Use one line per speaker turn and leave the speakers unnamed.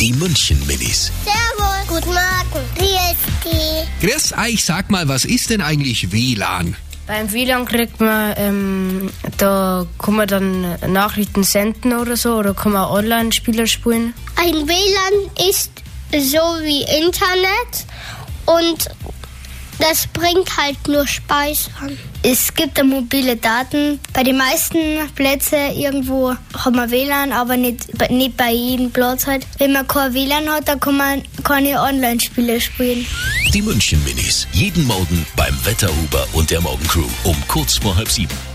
Die München Minis.
Servus. Guten Morgen. Wie ist die?
Grüß euch, ah, sag mal, was ist denn eigentlich WLAN?
Beim WLAN kriegt man, ähm, da kann man dann Nachrichten senden oder so, oder kann man Online-Spieler spielen.
Ein WLAN ist so wie Internet und das bringt halt nur Speichern.
Es gibt da mobile Daten. Bei den meisten Plätzen irgendwo hat man WLAN, aber nicht, bei- nicht bei jedem Platz halt. Wenn man kein WLAN hat, dann kann man keine Online-Spiele spielen.
Die München Minis. Jeden Morgen beim Wetterhuber und der Morgencrew um kurz vor halb sieben.